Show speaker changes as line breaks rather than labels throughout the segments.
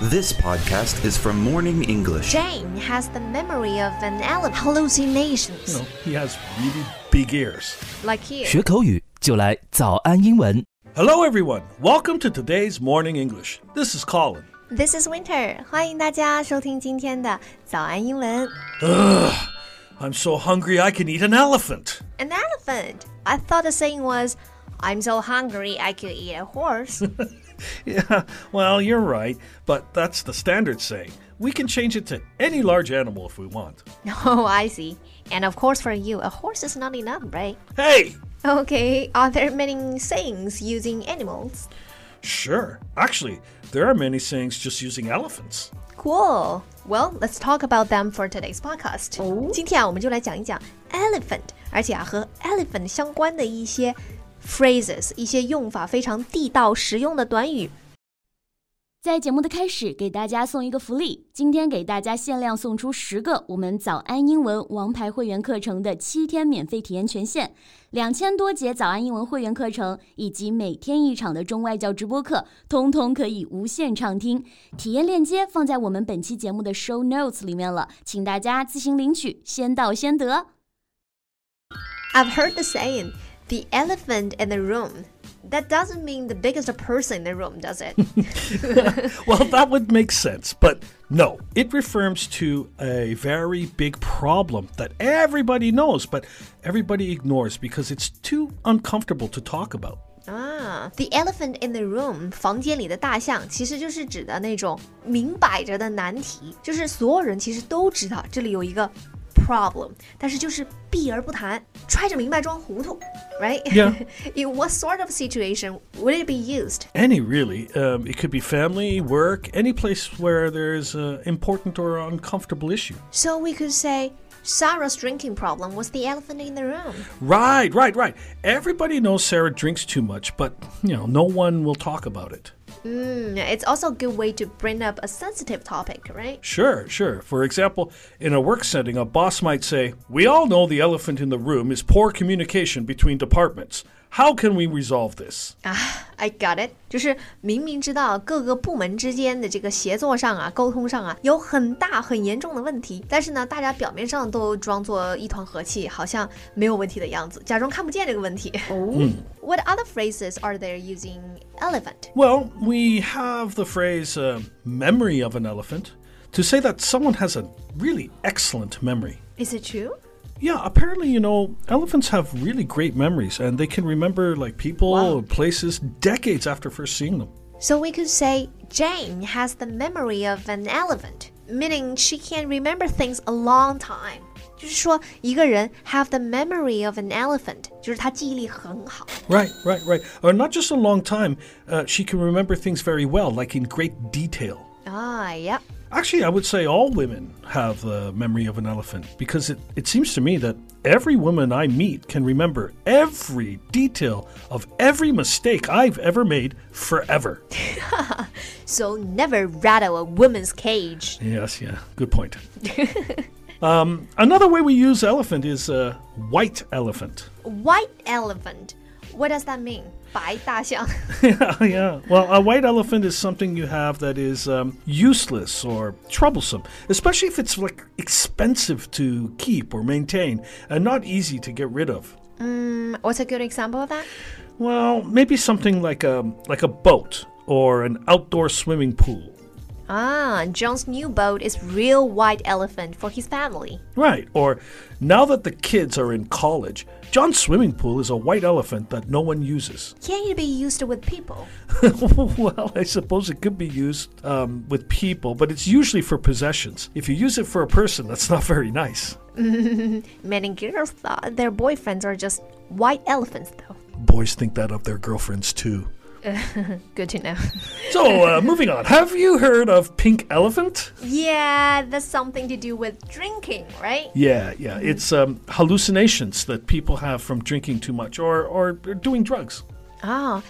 This podcast is from Morning English.
Jane has the memory of an elephant. Hallucinations.
No, he has really big ears.
Like you.
学口语就来早安英文。
Hello, everyone. Welcome to today's Morning English. This is Colin.
This is Winter. 欢迎大家收听今天的早安英文。
I'm so hungry I can eat an elephant.
An elephant. I thought the saying was, I'm so hungry I could eat a horse.
Yeah, well, you're right, but that's the standard saying. We can change it to any large animal if we want.
oh, I see. And of course, for you, a horse is not enough, right?
Hey!
Okay, are there many sayings using animals?
Sure. Actually, there are many sayings just using elephants.
Cool. Well, let's talk about them for today's podcast. 今天啊，我们就来讲一讲 elephant，而且啊，和 elephant 相关的一些 phrases，一些用法非常地道实用的短语。
在节目的开始，给大家送一个福利，今天给大家限量送出十个我们早安英文王牌会员课程的七天免费体验权限，两千多节早安英文会员课程以及每天一场的中外教直播课，通通可以无限畅听。体验链接放在我们本期节目的 show notes 里面了，请大家自行领取，先到先得。
I've heard the saying, "The elephant in the room." That doesn't mean the biggest person in the room, does it?
Well, that would make sense, but no. It refers to a very big problem that everybody knows, but everybody ignores because it's too uncomfortable to talk about.
啊，The elephant in the room，房间里的大象，其实就是指的那种明摆着的难题，就是所有人其实都知道这里有一个 problem，但是就是避而不谈，揣着明白装糊涂，right？
Yeah.
In what sort of situation would it be used？
Any, really. Um, it could be family, work, any place where there's an important or uncomfortable issue.
So we could say Sarah's drinking problem was the elephant in the room.
Right, right, right. Everybody knows Sarah drinks too much, but, you know, no one will talk about it.
Mm, It's also a good way to bring up a sensitive topic, right?
Sure, sure. For example, in a work setting, a boss might say, We all know the elephant in the room is poor communication between departments. How can we resolve this?
啊，I got it，就是明明知道各个部门之间的这个协作上啊、沟通上啊有很大很严重的问题，但是呢，大家表面上都装作一团和气，好像没有问题的样子，假装看不见这个问题。What other phrases are there using elephant？
Well, we have the phrase uh, memory of an elephant to say that someone has a really excellent memory.
Is it true？
Yeah, apparently, you know, elephants have really great memories and they can remember like people
Wow.
or places decades after first seeing them.
So we could say Jane has the memory of an elephant, meaning she can remember things a long time. 就是说，一个人 have the memory of an elephant，就是他记忆力很好。
Right, right, right. Or not just a long time, uh, she can remember things very well, like in great detail.
啊，Yep. Ah,
Actually, I would say all women have the memory of an elephant because it, it seems to me that every woman I meet can remember every detail of every mistake I've ever made forever.
So never rattle a woman's cage.
Yes, yeah, good point. um, another way we use elephant is uh, white elephant.
White elephant. What does that mean? 白大象。
yeah, Oh, yeah. Well, a white elephant is something you have that is um, useless or troublesome, especially if it's like expensive to keep or maintain and not easy to get rid of.
What's a good example of that?
Well, maybe something like a like a boat or an outdoor swimming pool.
Ah, John's new boat is real white elephant for his family.
Right. Or now that the kids are in college, John's swimming pool is a white elephant that no one uses.
Can it be used with people?
well, I suppose it could be used um, with people, but it's usually for possessions. If you use it for a person, that's not very nice.
Many girls thought their boyfriends are just white elephants, though.
Boys think that of their girlfriends too.
Good to know.
So, uh, moving on. Have you heard of pink elephant?
yeah, that's something to do with drinking, right?
Yeah, yeah. It's um, hallucinations that people have from drinking too much or, or doing drugs.
Ah,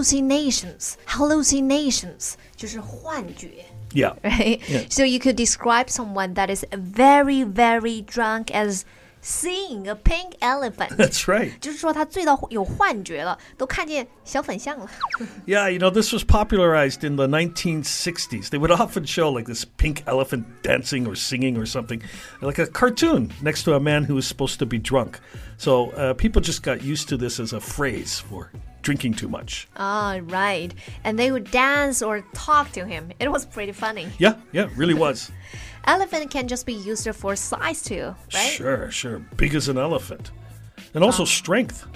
hallucinations. Hallucinations. 就是幻觉。
Yeah.
right?
Yeah.
So you could describe someone that is very, very drunk as seeing a pink elephant，
That's right.
就是说他醉到有幻觉了，都看见小粉象了。
Yeah, you know, this was popularized in the 1960s. They would often show like this pink elephant dancing or singing or something, like a cartoon next to a man who was supposed to be drunk. So uh, people just got used to this as a phrase for drinking too much.
Ah, right. And they would dance or talk to him. It was pretty funny.
Yeah, yeah, really was.
Elephant can just be used for size too, right?
Sure, sure. Big as an elephant. And also strength.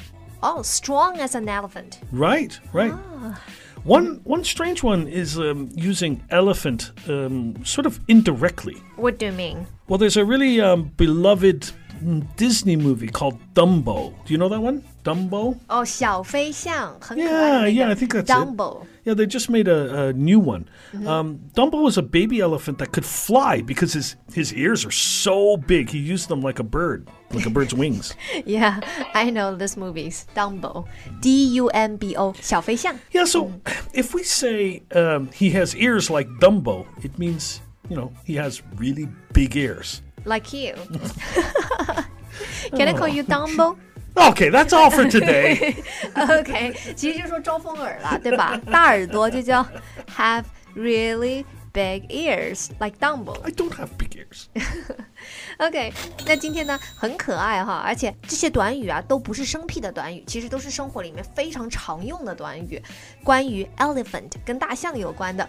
Oh, strong as an elephant.
Right, right.
Ah.
One, one strange one is um, using elephant um, sort of indirectly.
What do you mean?
Well, there's a really um, beloved mm, Disney movie called Dumbo. Do you know that one? Dumbo?
哦，Oh, 小飞象很可爱
Yeah,
的
yeah,
那
I
个
think that's
Dumbo
it.。Yeah, they just made a, a new one. Um, Dumbo was a baby elephant that could fly because his, his ears are so big. He used them like a bird, like a bird's wings.
Yeah, I know this movie's Dumbo. D U M B O，小飞象。
Yeah, so if we say um, he has ears like Dumbo, it means, you know, he has really big ears.
Like you. Can I call you Dumbo?
Okay, that's all for today.
OK，其实就说招风耳了，对吧？大耳朵就叫 have really big ears like Dumbo。
I don't have big ears.
OK，那今天呢很可爱哈，而且这些短语啊都不是生僻的短语，其实都是生活里面非常常用的短语，关于 elephant 跟大象有关的。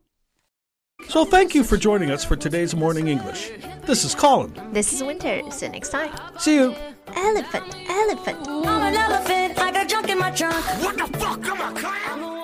So thank you for joining us for today's Morning English. This is Colin.
This is Winter. See you next time.
See you.
Elephant, elephant.
I'm an elephant. I got junk in my trunk. What the fuck am I?